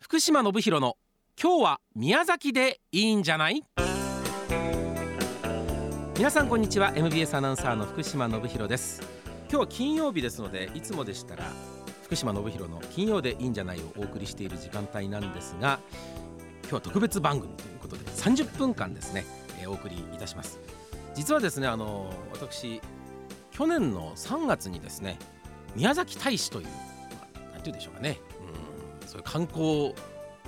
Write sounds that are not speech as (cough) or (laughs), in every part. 福島信弘の今日は宮崎でいいんじゃない皆さんこんにちは MBS アナウンサーの福島信弘です今日は金曜日ですのでいつもでしたら福島信弘の金曜でいいんじゃないをお送りしている時間帯なんですが今日は特別番組ということで30分間ですね、えーお送りいたします実はですねあの私去年の3月にですね宮崎大使という、まあ、なんていうんでしょうかね、うん、そういう観光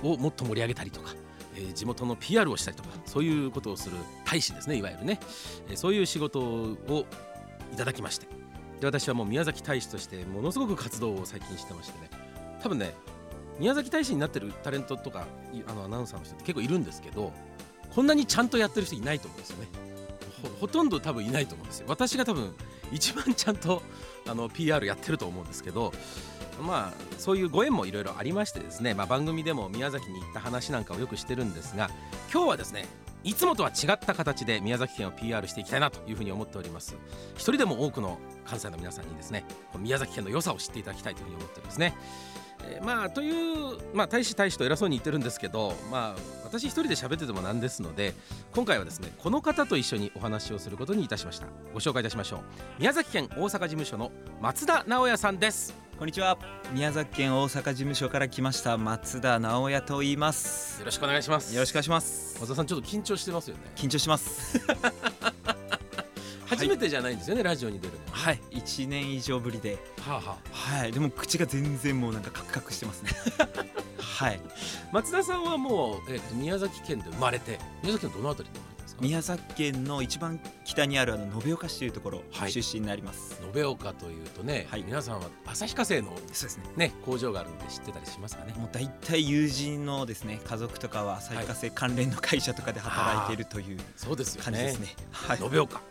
をもっと盛り上げたりとか、えー地元の PR をしたりとかそういうことをする大使ですねいわゆるね、えーそういう仕事をいただきましてで私はもう宮崎大使としてものすごく活動を最近してましてね多分ね宮崎大使になってるタレントとかいあのアナウンサーの人って結構いるんですけどこんなにちゃんとやってる人いないと思うんですよねほほとんど多分いないと思うんですよ私が多分一番ちゃんとあの PR やってると思うんですけどまあそういうご縁もいろいろありましてですね、まあ、番組でも宮崎に行った話なんかをよくしてるんですが今日はですねいつもとは違った形で宮崎県を PR していきたいなというふうに思っております一人でも多くの関西の皆さんにですねこの宮崎県の良さを知っていただきたいというふうに思っておりますねえーまあという、まあ、大使大使と偉そうに言ってるんですけど、まあ、私一人で喋っててもなんですので今回はですねこの方と一緒にお話をすることにいたしましたご紹介いたしましょう宮崎県大阪事務所の松田直也さんですこんにちは宮崎県大阪事務所から来ました松田直也と言いますよろしくお願いしますよろしくお願いします松田さんちょっと緊張してますよね緊張します初めてじゃないんですよね、ラジオに出るのはい1年 (laughs) 以上ぶりではあははいでも口が全然もうなんかカクカクしてますね (laughs) はいあ、松田さんはもう、えっと宮崎県で生まれて宮崎県のどのあたりで生まれたんですか宮崎県の一番北にあるあの延岡市というところはい出身になります、延岡というとね、はい皆さんは旭化成のそうですねね工場があるんで知ってたりしますかねもう大体友人のですね家族とかは再化成関連の会社とかで働いているというそうですよ感じでねすねはい延岡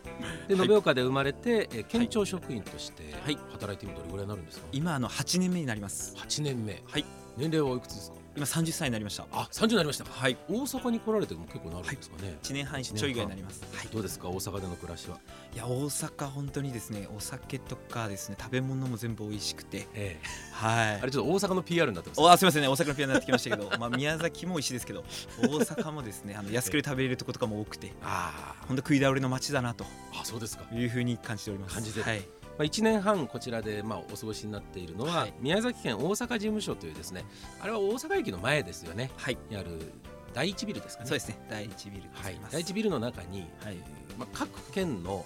ではい延岡で生まれて、えー県庁職員として働いてみどれぐらいになるんですか、今あの8年目になります八年目はい年齢はいくつですか今30歳になりましたあ三十になりましたはい大阪に来られても結構なるんですかね、 1年半ちょいぐらいになります、はいどうですか大阪での暮らしは、いや大阪本当にですねお酒とかですね食べ物も全部美味しくてえはえいあれちょっと大阪の PR になってますおあすみませんね大阪のピアノになってきましたけど (laughs) まあ宮崎も美味しいですけど大阪もですねあの安くで食べれるとことかも多くてあ本当食い倒れの街だなとーあそうですか、まいうふうに感じております感じてるはいあ、一年半こちらで、まあ、お過ごしになっているのは、はい宮崎県大阪事務所というですねあれは大阪駅の前ですよねはいにある第一ビルですかねそうですね第一ビルでござはいいます第一ビルの中に、はいまあ、各県の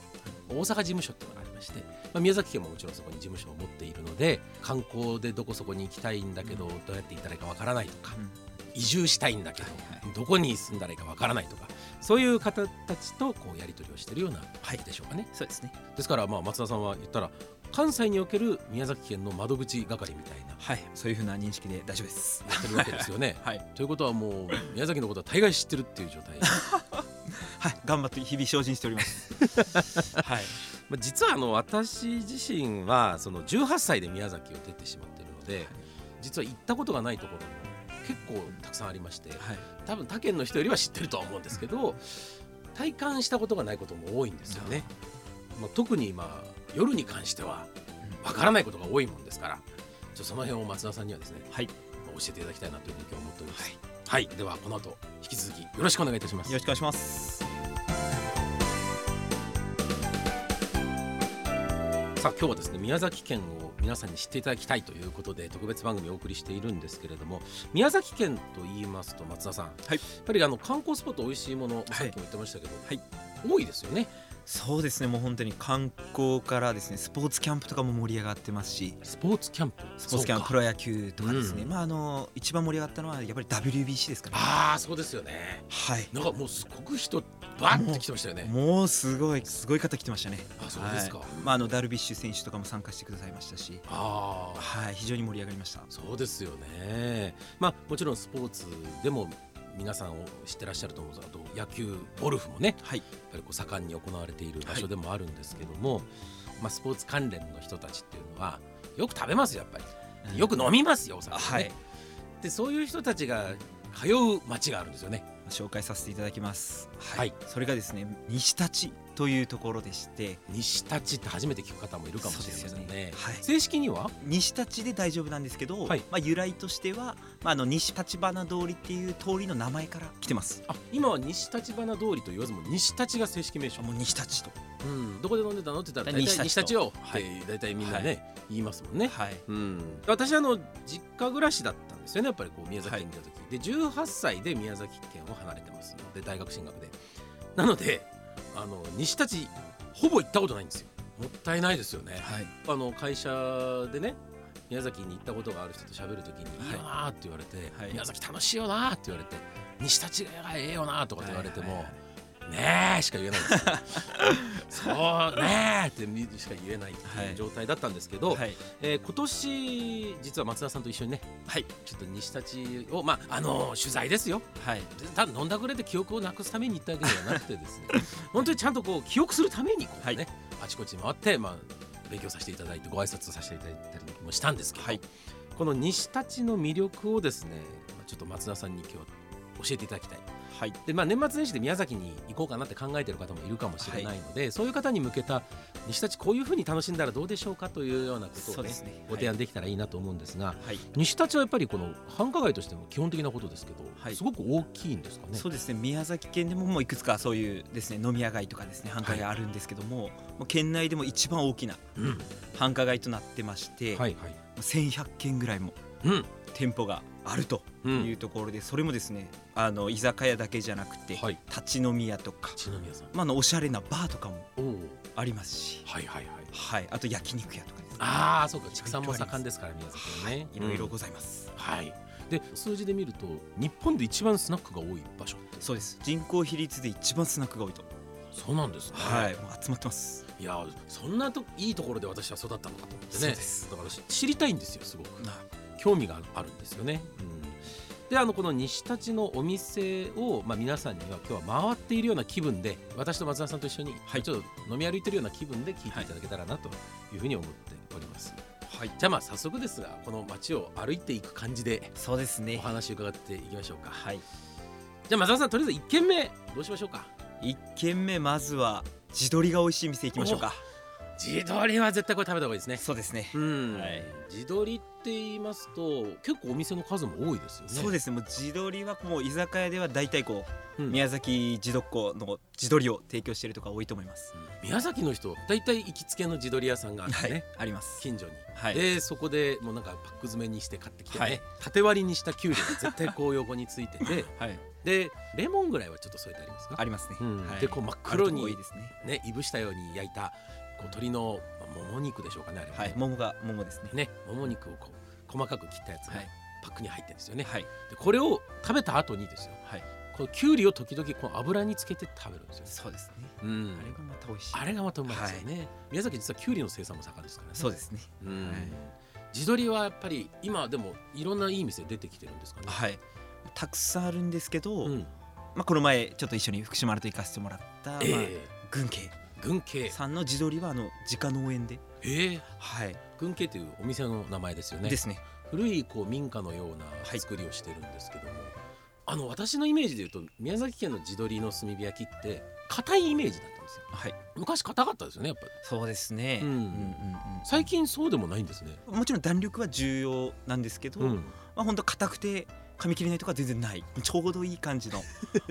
大阪事務所っていうのがありまして、まあ、宮崎県ももちろんそこに事務所を持っているので観光でどこそこに行きたいんだけど、うんどうやって行ったらいいかわからないとか、うん移住したいんだけど、はいどこに住んだらいいかわからないとかそういう方たちとこうやり取りをしているようなはいでしょうかね。そうですねですからまあ松田さんは言ったら関西における宮崎県の窓口係みたいなはいそういうふうな認識で大丈夫です。やってるわけですよね (laughs) はいということはもう宮崎のことは大概知ってるっていう状 (laughs) 態はい頑張って日々精進しております (laughs) はいまあ、実はあの私自身はその18歳で宮崎を出てしまっているので、実は行ったことがないところも結構たくさんありましてはい多分他県の人よりは知ってるとは思うんですけど体感したことがないことも多いんですよね。まあ、特にまあ夜に関してはわからないことが多いもんですからちょその辺を松田さんにはですね、はいまあ教えていただきたいなというふうに今日思っております。はい、ではこの後引き続きよろしくお願いいたしますよろ。しくお願いしますさあ今日はですね宮崎県を皆さんに知っていただきたいということで特別番組をお送りしているんですけれども宮崎県と言いますと松田さん、いやっぱりあの観光スポット美味しいもの、いさっきも言ってましたけど、はい多いですよねそうですねもう本当に観光からですねスポーツキャンプとかも盛り上がってますしスポーツキャンプスポーツキャンそうププかロ野球とかですね、うんまああの一番盛り上がったのはやっぱり WBC ですかねああそうですよねはいなんかもうすごく人バッて来てましたよねもうすごいすごい方来てましたねあそうですかはいまああのダルビッシュ選手とかも参加してくださいましたしああはい非常に盛り上がりましたそうですよね。まあもちろんスポーツでも皆さんを知ってらっしゃると思うんですあと野球ゴルフもね、はいやっぱりこう盛んに行われている場所でもあるんですけども、まあ、スポーツ関連の人たちっていうのはよく食べますよやっぱりよく飲みますよお酒、ねはい、でそういう人たちが通う街があるんですよね紹介させていただきますはいそれがですね西立というところでして西立ちって初めて聞く方もいるかもしれませんそうでねすよねはい正式には西立ちで大丈夫なんですけど、はいまあ、由来としては、まあ、あの西立花通りっていう通りの名前から来てますあ今は西立花通りと言わずも西立が正式名称あ、もう西立ちと、うん、どこで飲んでたのって言ったら大西体立西立よっはてい大体みんなね、は言いますもんね、はい、うん、私あの実家暮らしだったんですよねやっぱりこう宮崎県にいた時、で18歳で宮崎県を離れてますので大学進学でなのであの西立ほぼ行ったことないんですよもったいないですよねはい、あの会社でね宮崎に行ったことがある人と喋るときに「いいはいよな」って言われて「はい宮崎楽しいよな」って言われて「西立がええよな」とかって言われても「はいはいねえ」しか言えないんですよ (laughs) そうねえ」ってみしか言えないっていう状態だったんですけど、はいえー今年実は松田さんと一緒にね、はい、ちょっと西立を、まああの取材ですよはいただ飲んだくれて記憶をなくすために行ったわけではなくて (laughs) ですね本当にちゃんとこう記憶するためにこう、ねはいあちこち回って、まあ、勉強させていただいてご挨拶させていただいたりもしたんですけど、はいこの西たちの魅力をですねまあちょっと松田さんに今日教えていただきたいはいで、まあ、年末年始で宮崎に行こうかなって考えてる方もいるかもしれないので、そういう方に向けた西たちこういうふうに楽しんだらどうでしょうかというようなことそを、うでねすねご提案できたらいいなと思うんですが、はい、西たちはやっぱりこの繁華街としても基本的なことですけど、はいすごく大きいんですかね。そうですね宮崎県でももういくつかそういうですね飲み屋街とかですね繁華街あるんですけども,、もう県内でも一番大きなうん繁華街となってまして、はいはい。 1100軒ぐらいもうん。店舗があるとういん。うところで、それもですねあの居酒屋だけじゃなくて、はい立ち飲み屋とか、一宮さん。まあ、あのおしゃれなバーとかもおお。ありますし、はいはいはい。はい、あと焼肉屋とかですねああ、そうか。畜産も盛んですから宮崎はね。いろいろうん。ございます、はい。で数字で見ると日本で一番スナックが多い場所って。そうです人口比率で一番スナックが多いと、そうなんですね。はい、もう集まってますいやそんなといいところで私は育ったのかと思ってそうねで。すだからし知りたいんですよすごく。な興味があるんですよね。うんであのこの西たちのお店を、まあ、皆さんには今日は回っているような気分で私と松田さんと一緒に、はいちょっと飲み歩いてるような気分で聞いていただけたらなというふうに思っております。はいじゃあまあ早速ですがこの街を歩いていく感じでそうですおね話伺っていきましょうか。はいじゃあ松田さんとりあえず1軒目どうしましょうか一軒目まずは地鶏が美味しい店行きましょうか地鶏は絶対これ食べた方がいいですね。そうですねうん、はい地鶏って言いますと結構お店の数も多いですよね。そうですねもう地鶏はもう居酒屋では大体こう、うん宮崎地鶏の地鶏を提供しているとか多いと思います、宮崎の人大体行きつけの地鶏屋さんがあってはねい、あります近所に、はいでそこでもうなんかパック詰めにして買ってきてね、はい縦割りにしたきゅうりが絶対こう横について (laughs) てはいでレモンぐらいはちょっと添えてありますか、ありますね、うんはいでこう真っ黒にあるとこ多いですねね、いぶしたように焼いたこう鶏のまあもも肉でしょうかねあれははいね,、桃が桃ですねねもも肉をこう細かく切ったやつがはいパックに入ってるんですよね、はいでこれを食べた後にですよはいこのきゅうりを時々こう油につけて食べるんですよ、そうですねうあれんがまた美味しいあれがまたうまいですよね、宮崎実はきゅうりの生産も盛んですからねそうですねうんはい地鶏はやっぱり今でもいろんないい店出てきてるんですかね。はいたくさんあるんですけど、うんまあ、この前ちょっと一緒に福島アルト行かせてもらった、えまあえ軍慶軍系、さんの地鶏はあの自家農園で、ええはい軍系というお店の名前ですよね。ですね古いこう民家のようなはい作りをしてるんですけども、あの私のイメージで言うと宮崎県の地鶏の炭火焼きって硬いイメージだったんですよ。はい昔硬かったですよねやっぱり。そうですね、うんうんうんうん最近そうでもないんですね。もちろん弾力は重要なんですけど、うまん、あ本当硬くて噛み切れないとか全然ないちょうどいい感じ (laughs) の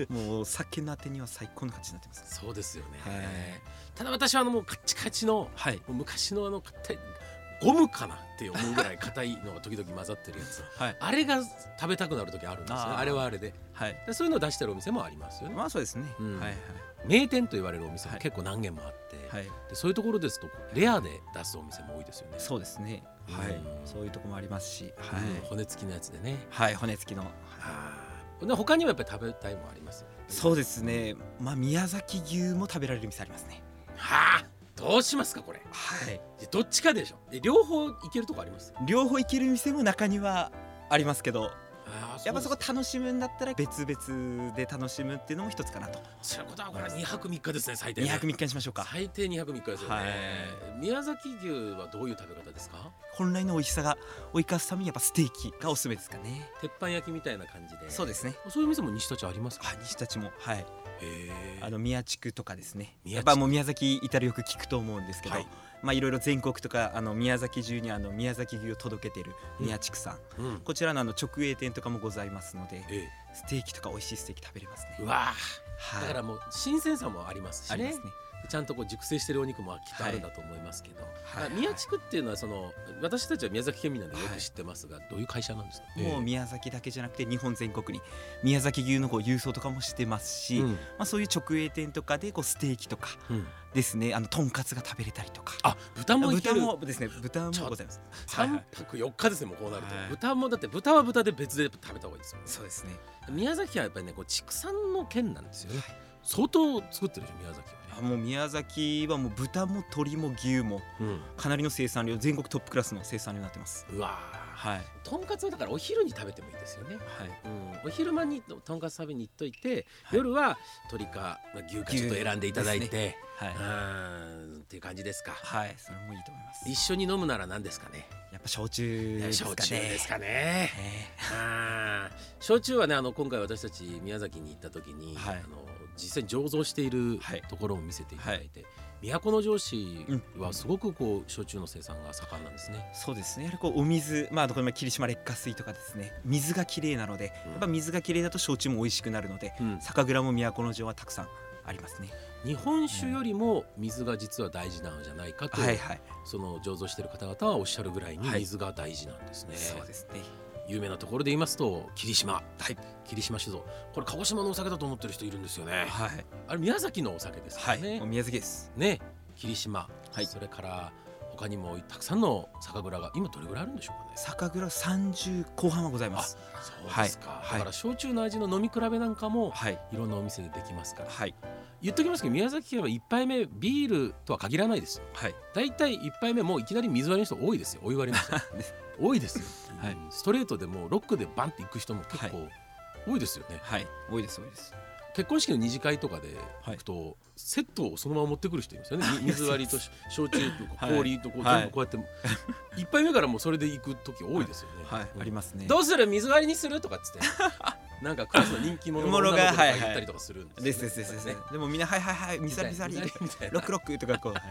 もう酒のあてには最高の形になってますそうですよね。はいただ私はあのもうカッチカチのはいもう昔のあの硬いゴムかなって思うぐらい硬いのが時々混ざってるや (laughs) つはいあれが食べたくなる時あるんですよねああーれはあれではいでそういうのを出してるお店もありますよね、まあそうですね、うんはい名店と言われるお店もはい結構何軒もあって、はいはいでそういうところですとレアで出すお店も多いですよねそうですねはい、うんそういうとこもありますしうはんい、骨付きのやつでねはい骨付きので他にもやっぱり食べたいもんありますよねそうですねまあ宮崎牛も食べられる店ありますねはあどうしますかこれはいでどっちかでしょで両方いけるとこあります両方行ける店も中にはありますけどああやっぱそこ楽しむんだったら別々で楽しむっていうのも一つかなとそういうことはこれ二泊三日ですね最低2ね泊3日にしましょうか最低二泊三日ですよね、はい宮崎牛はどういう食べ方ですか本来の美味しさがを生かすためにやっぱステーキがおすすめですかね鉄板焼きみたいな感じでそうですねそういう店も西たちありますかあ西たちもはいへあの宮地区とかですね宮地区やっぱもう宮崎いたらよく聞くと思うんですけど、はいまあいろいろ全国とかあの宮崎中にあの宮崎牛を届けてる宮地区さん、うんこちらのあの直営店とかもございますのでえステーキとか美味しいステーキ食べれますねえうわはあだいからもう新鮮さもありますしありまねすねちゃんとこう熟成してるお肉もきっとあるんだと思いますけど、はいまあ宮地区っていうのはその私たちは宮崎県民なんでよはくい知ってますが、どういう会社なんですかもう宮崎だけじゃなくて日本全国に宮崎牛のこう郵送とかもしてますし、うまんあ、そういう直営店とかでこうステーキとかうんですねあのとんかつが食べれたりとかあ豚もいけ豚るもですね豚ちょもございますはいは3い泊4日ですねもうこうなると、はい豚もだって豚は豚で別で食べた方がいいですもんねそうですね宮崎はやっぱりねこう畜産の県なんですよね、は相当作ってるでしょ宮崎あはね、もう宮崎はもう豚も鶏も牛もかなりの生産量全国トップクラスの生産量になってますうんうわーはいとんかつはだからお昼に食べてもいいですよねはいうん、お昼間にととんかつ食べに行っといて、はい夜は鶏かまあ牛かちょっと選んでいただい牛て、うはい、ーんっていう感じですかはい、それもいいと思います一緒に飲むなら何ですかねやっぱ焼酎ですかね焼酎ですかねねあー焼酎はねあの今回私たち宮崎に行った時に、はいあの実際に醸造しているはいところを見せていただいて、都城市はすごくこう焼酎の生産が盛んなんですね。そうですねやはりこうお水まあこれ霧島劣化水とかですね水がきれいなので、うんやっぱ水がきれいだと焼酎も美味しくなるのでうん酒蔵も都城はたくさんありますね日本酒よりも水が実は大事なのじゃないかと、はいはい、その醸造している方々はおっしゃるぐらいにはい水が大事なんですね。そうですね有名なところで言いますと霧島、はい霧島酒造これ鹿児島のお酒だと思ってる人いるんですよね。はいあれ宮崎のお酒ですはよい、ね。もう宮崎ですね霧島、はいそれから他にもたくさんの酒蔵が今どれぐらいあるんでしょうかね。酒蔵30後半はございますそうですか、はだいから焼酎の味の飲み比べなんかもはいいろんなお店でできますからはい言っときますけど宮崎県は1杯目ビールとは限らないですよはい大体1杯目もういきなり水割りの人多いですよお湯割りの (laughs) 人多いですよ、はいうんストレートでもうロックでバンっていく人も結構多いですよね、はい多いです多いです結婚式の二次会とかではい行くと、セットをそのまま持ってくる人いますよ (laughs) ねみ水割りとし焼酎とかはい氷とこうはい全部こうやって、一杯目からもうそれで行く時多いですよね、はい、うんありますねどうする水割りにするとかっつって (laughs) なんかクラスの人気者の女の子とかはいはい言ったりとかするんでですすでねすですですねでもみんなはいはいはいミサリミサリ水割りみ (laughs) たいなロックロックとかこう、はい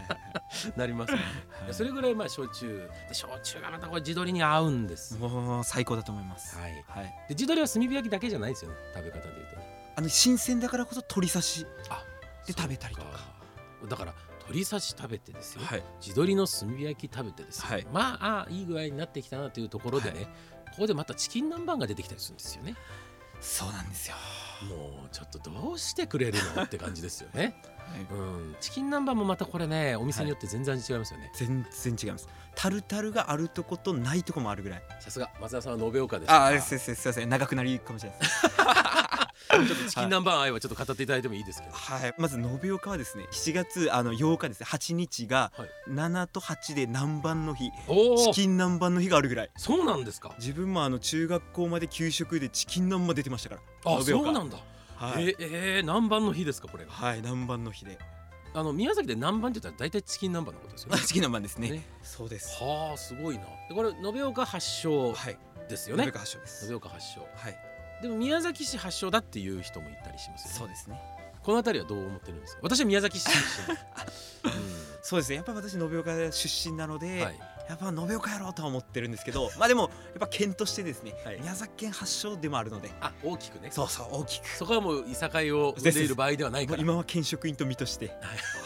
なりますねはいそれぐらいまあ焼酎で焼酎がまたこれ地鶏に合うんです、もう最高だと思いますはい、ではい地鶏は炭火焼きだけじゃないですよね食べ方でいうとねあの新鮮だからこそ鶏刺しあで食べたりとかそうだから鶏刺し食べてですよ、はい地鶏の炭火焼き食べてですよ、はいまあああいい具合になってきたなというところでね、ここでまたチキン南蛮が出てきたりするんですよねそうなんですよもうちょっとどうしてくれるのって感じですよね、はいうん、チキン南蛮もまたこれねお店によって全然味違いますよね、全然違いますタルタルがあるとことないとこもあるぐらいさすが松田さんは延岡ですからああすいませんすいません長くなりかもしれないです (laughs) ちょっとチキン南蛮愛はちょっと語っていただいてもいいですけどはいまず延岡はですね7月あの8日ですね8日がはい7と8で南蛮の日おチおキン南蛮の日があるぐらいそうなんですか自分もあの中学校まで給食でチキン南蛮出てましたからあ延そう岡なんだ、はい、えーえー、南蛮の日ですかこれがはい、南蛮の日であの宮崎で南蛮って言ったら大体チキン南蛮のことですよねチキン南蛮ですねねそうですはあすごいなでこれ延岡発祥はいですよ延ね岡発祥です延岡発祥はいでも宮崎市発祥だっていう人もいたりしますそよ、うね、ですねこの辺りはどう思ってるんですか私は宮崎市出身、そうですねやっぱ私延岡出身なの (laughs) うで、んはい、やっぱ延岡やろうとは思ってるんですけどまあでもやっぱ県としてですね、はい宮崎県発祥でもあるのであ大きくねそうそう大きくそこはもういさかいを生んでいる場合ではないもかうら今は県職員と身として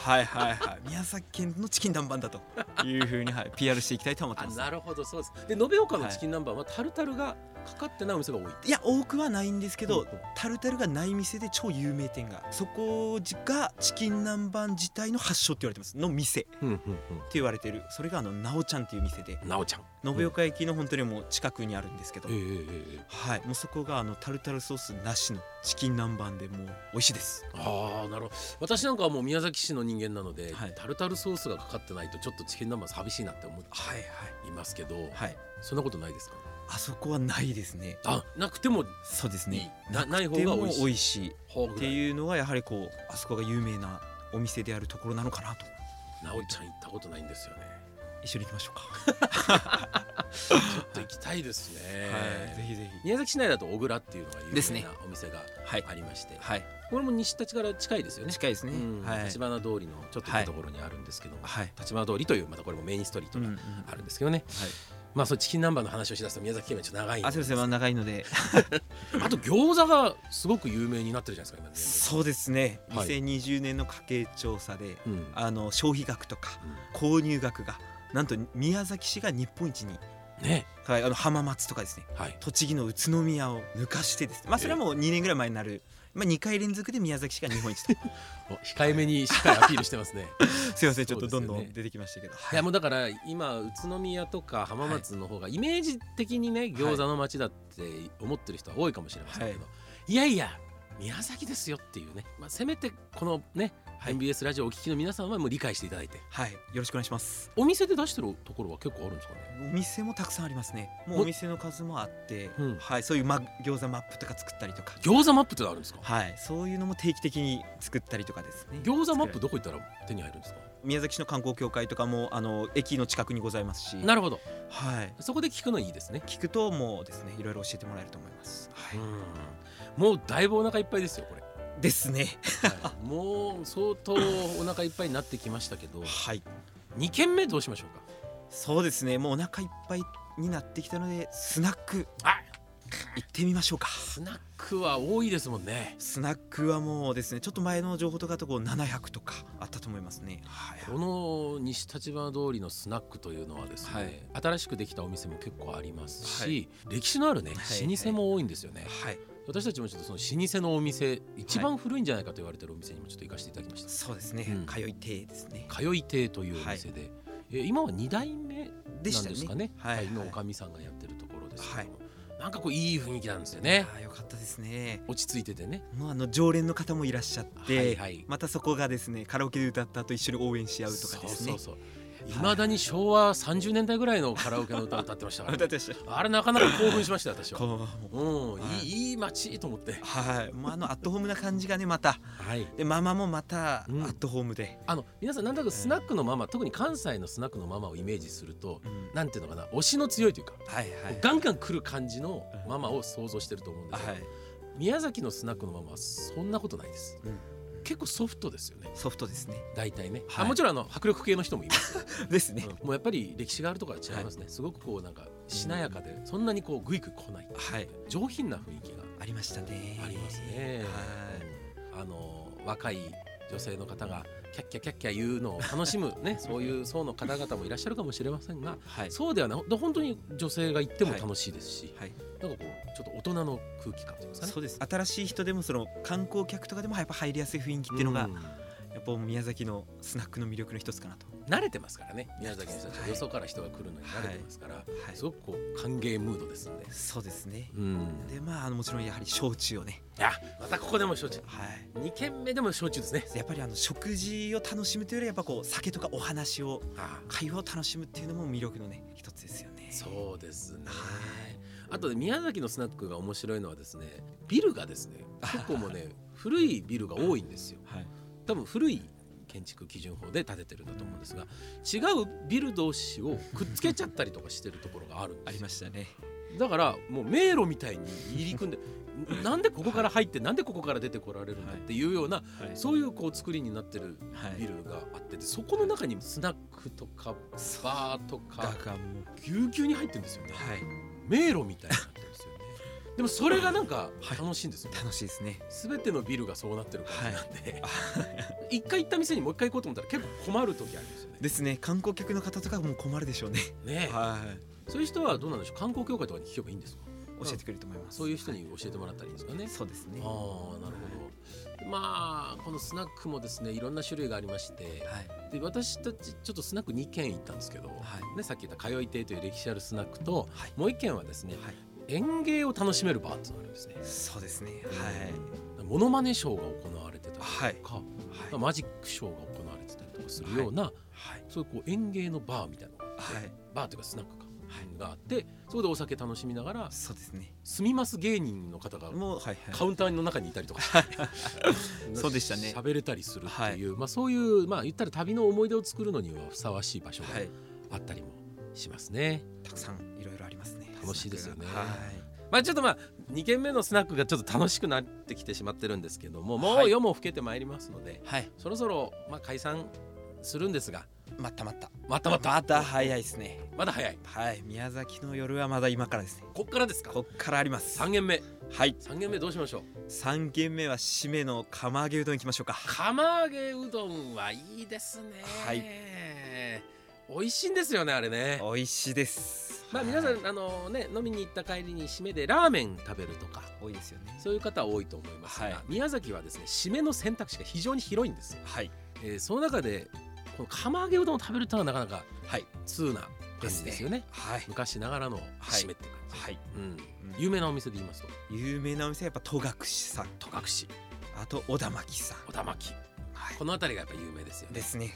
はいはいはい宮崎県のチキン南蛮だというふうに、はい、PR していきたいと思ってあますなるほどそうですで延岡のチキン南蛮はタルタルがかかってないお店が多いいや多くはないんですけうどんうんタルタルがない店で超有名店がそこがチキン南蛮自体の発祥って言われてますの店ってうんうん言われてるそれがあのなおちゃんっていう店でうんなおちゃん延岡駅の本当にもう近くにあるんですけど、ええええええはいもうそこがあのタルタルソースなしのチキン南蛮でもう美味しいですああなるほど私なんかはもう宮崎市の人間なので、はいタルタルソースがかかってないとちょっとチキン南蛮寂しいなって思っはいはいいますけど、はいそんなことないですかあそこはないですねあなくてもそうですいいねなない方でが美も味しい美味しいほうっぐてらいいうのはやはりこうあそこが有名なお店であるところなのかなとなおちゃん行ったことないんですよね一緒に行きましょうか、ちょっと行きたいですね、はいぜひぜひ宮崎市内だと小倉っていうのが有です名ねなお店がはいありまして、はいこれも西立から近いですよね近いですね、うんはい立花通りのちょっと行くところにあるんですけども、はい立花通りというまたこれもメインストリートうんがうんあるんですけどね、はいまあそうチキン南蛮の話をしだすと宮崎県はちょっと長いんあすいませんまあ長いのであと餃子がすごく有名になってるじゃないですそうですねはい2020年の家計調査でか今全部あの消費額とかうん購入額がなんと宮崎市が日本一に、うんねはい、あの浜松とかですねはい栃木の宇都宮を抜かしてですねまあそれはもう2年ぐらい前になる、まあ、2回連続で宮崎市が日本 (laughs) 一とお控えめにしっかりアピールしてます (laughs) ねすいませんちょっとどんどそうですよねん出てきましたけど、いやもうだから今宇都宮とか浜松の方がイメージ的にね餃子の街だって思ってる人は多いかもしれませんけど、、はいやいや宮崎ですよっていうね、まあ、せめてこのね、はい MBS ラジオをお聞きの皆さんはもう理解していただいてはい、よろしくお願いしますお店で出してるところは結構あるんですかねお店もたくさんありますねももうお店の数もあって、うんはい、そういう、ま、餃子マップとか作ったりとか餃子マップってのあるんですかはい、そういうのも定期的に作ったりとかですね餃子マップどこ行ったら手に入るんですか宮崎市の観光協会とかもあの駅の近くにございますしなるほどはい、そこで聞くのいいですね聞くともうですねいろいろ教えてもらえると思います、はうんもうだいぶお腹いっぱいですよこれ、い、ですね (laughs) はいもう相当お腹いっぱいになってきましたけどはい2軒目どうしましょうそうですねもうお腹いっぱいになってきたのでスナックかあ行ってみましょうかスナックは多いですもんねスナックはもうですねちょっと前の情報とかだとこう700とかあったと思いますねはいこの西立花通りのスナックというのはですね、はい新しくできたお店も結構ありますし、はい歴史のあるねはい老舗も多いんですよね、はい私たちもちょっとその老舗のお店一番古いんじゃないかと言われてるお店にもちょっと行かせていただきました、そうですね、うん通い亭ですね通い亭というお店で、えー今は2代目でなしんたですかねね。はいはい、のはいおかみさんがやってるところですけども、なんかこういい雰囲気なんですよね。あーよかったですね落ち着いててね。もうあの常連の方もいらっしゃって、はいはいまたそこがですねカラオケで歌った後一緒に応援し合うとそかうですそねうそう。いまだに昭和30年代ぐらいのカラオケの歌を歌ってましたかあら歌ね、ってらっしゃ (laughs) るあれなかなか興奮しましたよ私は。こうもううん、はいいいいい街と思って。はい、もうあのアットホームな感じがねまたはい。でママもまたアうんットホームで、あの皆さんなんとなくスナックのママ、特に関西のスナックのママをイメージすると、うんなんていうのかな、推しの強いというか。はいはいガンガン来る感じのママを想像してると思うんであすよ、はい、宮崎のスナックのママはそんなことないですうん、結構ソフトですよねソフトですね大体ね、はいあもちろんあの迫力系の人もいます、で (laughs) すね、うんもうやっぱり歴史があるとかは違いますね、すごくこうなんかしなやかで、そんなにこうグイグイ来ないはい上品な雰囲気がありましたねありますね、はいうんあの若い女性の方がキャッキャキャッキャ言うのを楽し (laughs) むねそういう層の方々もいらっしゃるかもしれませんがはいそうではないほんと本当に女性が行っても楽しいですし、はい、なんかこうちょっと大人の空気感といいますかねそうです新しい人でもその観光客とかでもやっぱ入りやすい雰囲気っていうのが、んやっぱ宮崎のスナックの魅力の一つかなと、慣れてますからね宮崎の人たちははいよそから人が来るのに慣れてますから、はい、すごくこう歓迎ムードですんで。そうですねうんでまああのもちろんやはり焼酎をねあまたここでも焼酎はい2軒目でも焼酎ですねやっぱりあの食事を楽しむというよりはやっぱこう酒とかお話をあ会話を楽しむっていうのも魅力のね一つですよねそうですねはいあとね宮崎のスナックが面白いのはですねビルがですねあ結構もうね古いビルが多いんですよはい多分古い建築基準法で建ててるんだと思うんですが違うビル同士をくっつけちゃったりとかしてるところがあるんあでりすよましたねだからもう迷路みたいに入り (laughs) 組んでなんでここから入ってなんでここから出てこられるんだっていうようなはいそういうこう作りになってるはビルがあってでそこの中にスナックとかバーとかガガンぎゅうぎゅうに入ってるんですよねはい迷路みたいになってるん (laughs) ですよねでもそれがなんか楽しいんですよ、楽しいですね全てのビルがそうなってる感じなんで、一回行った店にもう一回行こうと思ったら結構困る時ありますよねですね観光客の方とかも困るでしょうねねえはいそういう人はどうなんでしょう観光協会とかに聞けばいいんですか (laughs) 教えてくれると思いますそういう人に教えてもらったらいいんですかね、はいそうですねああなるほどまあこのスナックもですねいろんな種類がありましてはいで私たちちょっとスナック2軒行ったんですけど、はいね、さっき言った通い亭という歴史あるスナックと、はいもう1軒はですねはい園芸を楽しめるバーっていうのがあるんですねそうですねはいモノマネショーが行われてたりとか、はいはいマジックショーが行われてたりとかするような、はいそういうこう園芸のバーみたいなのがあってはいバーというかスナックかがあって、そこでお酒楽しみながらそうですね住みます芸人の方がもうはいはいカウンターの中にいたりとかして (laughs) そうでしたね喋れたりするっていう、まあそういうまあ言ったら旅の思い出を作るのにはふさわしい場所がはいあったりもしますね。たくさんいろいろありますね楽しいですよねスナックがまあちょっとまあ2軒目のスナックがちょっと楽しくなってきてしまってるんですけども、もはうい夜も更けてまいりますので、はいはいそろそろまあ解散するんですが、またまたまたまたまた早いですねまだ早い。はい宮崎の夜はまだ今からですねこっからですか。こっからあります3軒目、はい3軒目どうしましょう。三軒目は締めの釜揚げうどん行きましょうか釜揚げうどんはいいですね。はい美味しいんですよねあれね。美味しいですまあ皆さはいんあのね飲みに行った帰りに締めでラーメン食べるとか多いですよねそういう方多いと思いますが、はい宮崎はですね締めの選択肢が非常に広いんですよ。はいえーその中でこの釜揚げうどんを食べるというのはなかなかはい通な感じですよねはい昔ながらの締めって感じ、はいうんうん有名なお店で言いますと有名なお店はやっぱ戸隠さん戸隠あと小田巻さん小田巻はいこの辺りがやっぱ有名ですよでねすね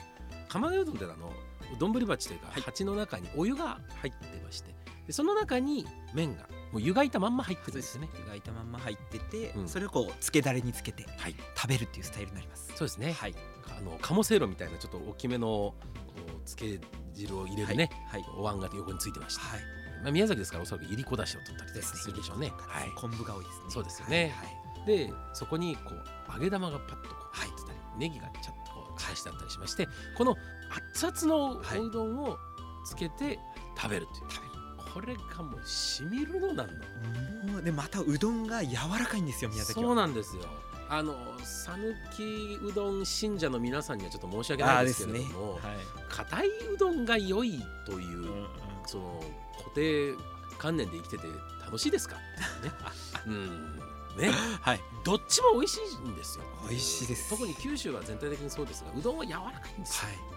釜揚げうどんってのはあの丼鉢というかはい鉢の中にお湯が入ってましてでその中に麺がもう湯がいたまんま入ってるんですよね湯がいたまんま入ってて、うんそれをこうつけだれにつけてはい食べるっていうスタイルになりますそうですね、はいあの鴨せいろみたいなちょっと大きめのこうつけ汁を入れるね、はいはい、お椀が横についてました、はいまあ、宮崎ですからおそらくいりこだしを取ったりとでかすねするでしょうねはい昆布が多いですねそうですよねはいはいでそこにこう揚げ玉がパッとこう入ってたり、ネギがちゃっとこう返してあったりしましてこの熱々のはいおうどんをつけて食べるという、食べるこれがもうしみるのなんだもうでまたうどんが柔らかいんですよ宮崎はそうなんですよあの讃岐うどん信者の皆さんにはちょっと申し訳ないですけれどもあー硬、いうどんが良いといですねう、はいその固定観念で生きてて楽しいですかってね (laughs) うんねはいどっちも美味しいんですよ美味しいです特に九州は全体的にそうですがうどんは柔らかいんですよ、は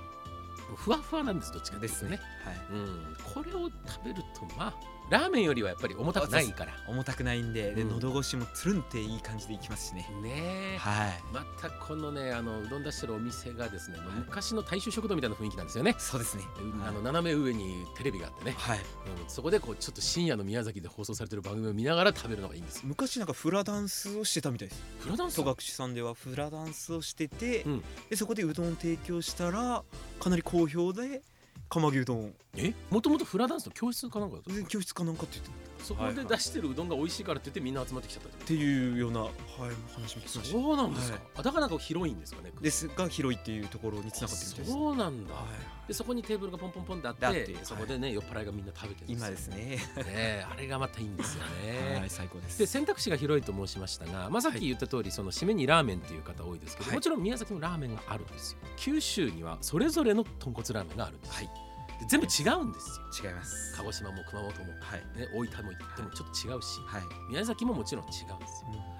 もうふわふわなんですどっちかいでですすねねね、はいうん、これを食べるとまあラーメンよりはやっぱり重たくないから重たくないんででうん喉越しもつるんっていい感じでいきますしねねえはいまたこのねあのうどん出してるお店がですね、もう昔の大衆食堂みたいな雰囲気なんですよね、そうですねあの斜め上にテレビがあってね、はいうん、そこでこうちょっと深夜の宮崎で放送されてる番組を見ながら食べるのがいいんですよ昔なんかフラダンスをしてたみたいですフラダンス戸隠さんではフラダンスをしてて、うんでそこでうどんを提供したらかなり好評で釜揚げうどんえもともとフラダンスの教室かなんかだったで教室かなんかって言ってそこで出してるうどんが美味しいからって言ってみんな集まってきちゃったってっていうような、はい、話も聞きましたそうなんですか、はいあだからなんか広いんですかねですが広いっていうところにつながってるみたいです、そうなんだ、はい、でそこにテーブルがポンポンポンってあってだってそこでね、酔っ払いがみんな食べてるん今でですすね、よねあれがまたいいんですよね、はい最高ですで選択肢が広いと申しましたが、まあ、さっき言った通り、その締めにラーメンっていう方多いですけど、はいもちろん宮崎もラーメンがあるんですよ九州にはそれぞれの豚骨ラーメンがあるんです、はいで全部違うんですよ違います鹿児島も熊本も、ね、はい大分も行ってもちょっと違うしはい、宮崎ももちろん違うんですよ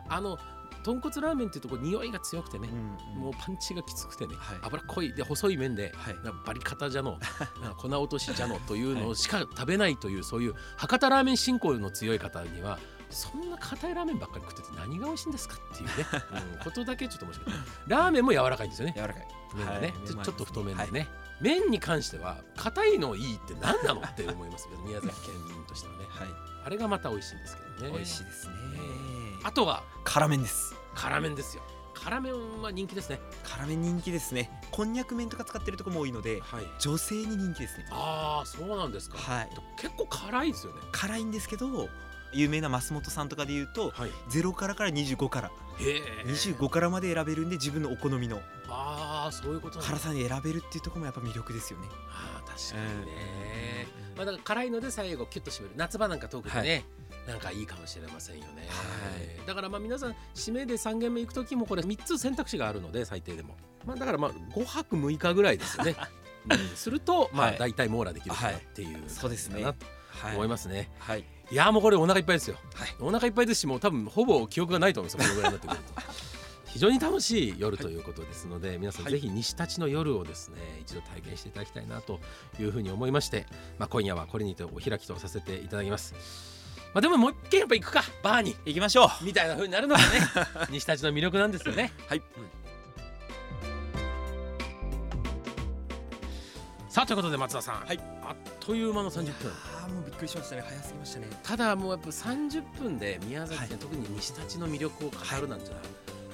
あの豚骨ラーメンっていうとこ匂いが強くてねう、んもうパンチがきつくてね、はい脂っこいで細い麺で、はいなんかバリカタじゃ (laughs) のなんか粉落としじゃのというのしか食べないというそういう博多ラーメン信仰の強い方にはそんな硬いラーメンばっかり食ってて何が美味しいんですかっていう (laughs) ね、うんことだけちょっと申し訳ないラーメンも柔らかいんですよね柔らかい麺がね、はいちょちょっと太麺でね、は麺に関しては硬いのいいって何なのって思いますけど宮崎県民としてはねはい、あれがまた美味しいんですけどね美味しいですねあとは辛麺です辛麺ですよ辛麺は人気ですね辛麺人気ですねこんにゃく麺とか使ってるとこも多いのではい女性に人気ですねああそうなんですかはい結構辛いですよね辛いんですけど有名な増本さんとかで言うとはい0からから25からへえ25からまで選べるんで自分のお好みのああそういうことなん辛ださに選べるっていうところもやっぱ魅力ですよねあー確かにね、うんまあ、だから辛いので最後キュッと締める夏場なんか特にね、なんかいいかもしれませんよね、はいだからまあ皆さん締めで3軒目行く時もこれ3つ選択肢があるので最低でも、まあ、だからまあ5泊6日ぐらいですよ (laughs) ね、うんするとまあはい大体網羅できるかなっていうそうですかねなはとい思いますね、はいいやーもうこれお腹いっぱいですよ、はいお腹いっぱいですしもう多分ほぼ記憶がないと思いますこのぐらいになってくると (laughs) 非常に楽しい夜ということですので、皆さんはいぜひ西立の夜をですね一度体験していただきたいなというふうに思いまして、まあ、今夜はこれにてお開きとさせていただきます、まあ、でももう一軒やっぱ行くかバーに行きましょうみたいな風になるの (laughs) がね西立の魅力なんですよねはいさあということで松田さん、はいあっという間の30分ああもうびっくりしましたね早すぎましたねただもうやっぱ30分で宮崎県、はい特に西立の魅力を語るなんていうのは、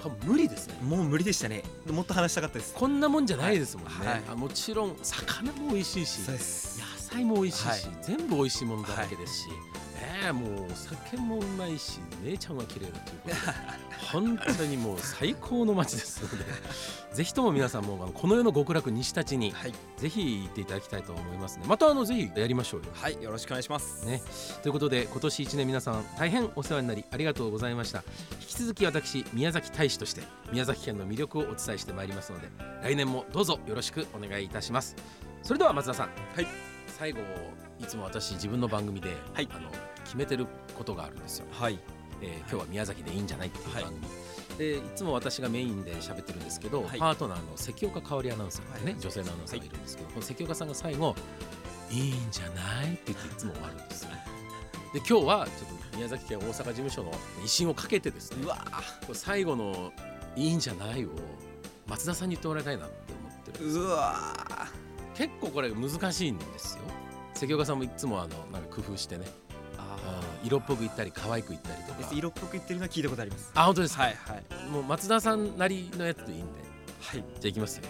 多分無理ですねもう無理でしたねもっと話したかったですこんなもんじゃないですもんね、はいあもちろん魚も美味しいしそうです野菜も美味しいし、は全部美味しいものだらけですし、ねえもうお酒もうまいし姉ちゃんは綺麗だということで本当にもう最高の街ですの (laughs) でぜひとも皆さんもあのこの世の極楽西たちにはいぜひ行っていただきたいと思いますねまたあのぜひやりましょうよ。はいよろしくお願いしますね、ということで今年1年皆さん大変お世話になりありがとうございました引き続き私宮崎大使として宮崎県の魅力をお伝えしてまいりますので来年もどうぞよろしくお願いいたしますそれでは松田さん、はい、最後いつも私自分の番組で、はいあの決めてることがあるんですよ、はいえー今日は宮崎でいいんじゃないっていう番組、、はいでいつも私がメインで喋ってるんですけど、はいパートナーの関岡香織アナウンサーがね、はい女性のアナウンサーがいるんですけど、この関岡さんが最後いいんじゃないって言っていつも終わるんですよで今日はちょっと宮崎県大阪事務所の威信をかけてですねうわこれ最後の「いいんじゃない」を松田さんに言ってもらいたいなって思ってるーうわ結構これ難しいんですよ関岡さんもいつもあのなんか工夫してねーああー色っぽく言ったり可愛く言ったりとかー色っぽく言ってるのは聞いたことありますあ本当ですか、はいはいもう松田さんなりのやつでいいんではいじゃあいきますよ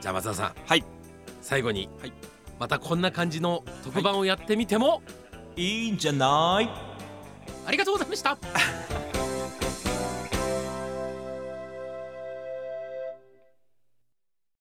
じゃあ松田さんはい最後に、はいまたこんな感じの特番をやってみても、いいんじゃないありがとうございました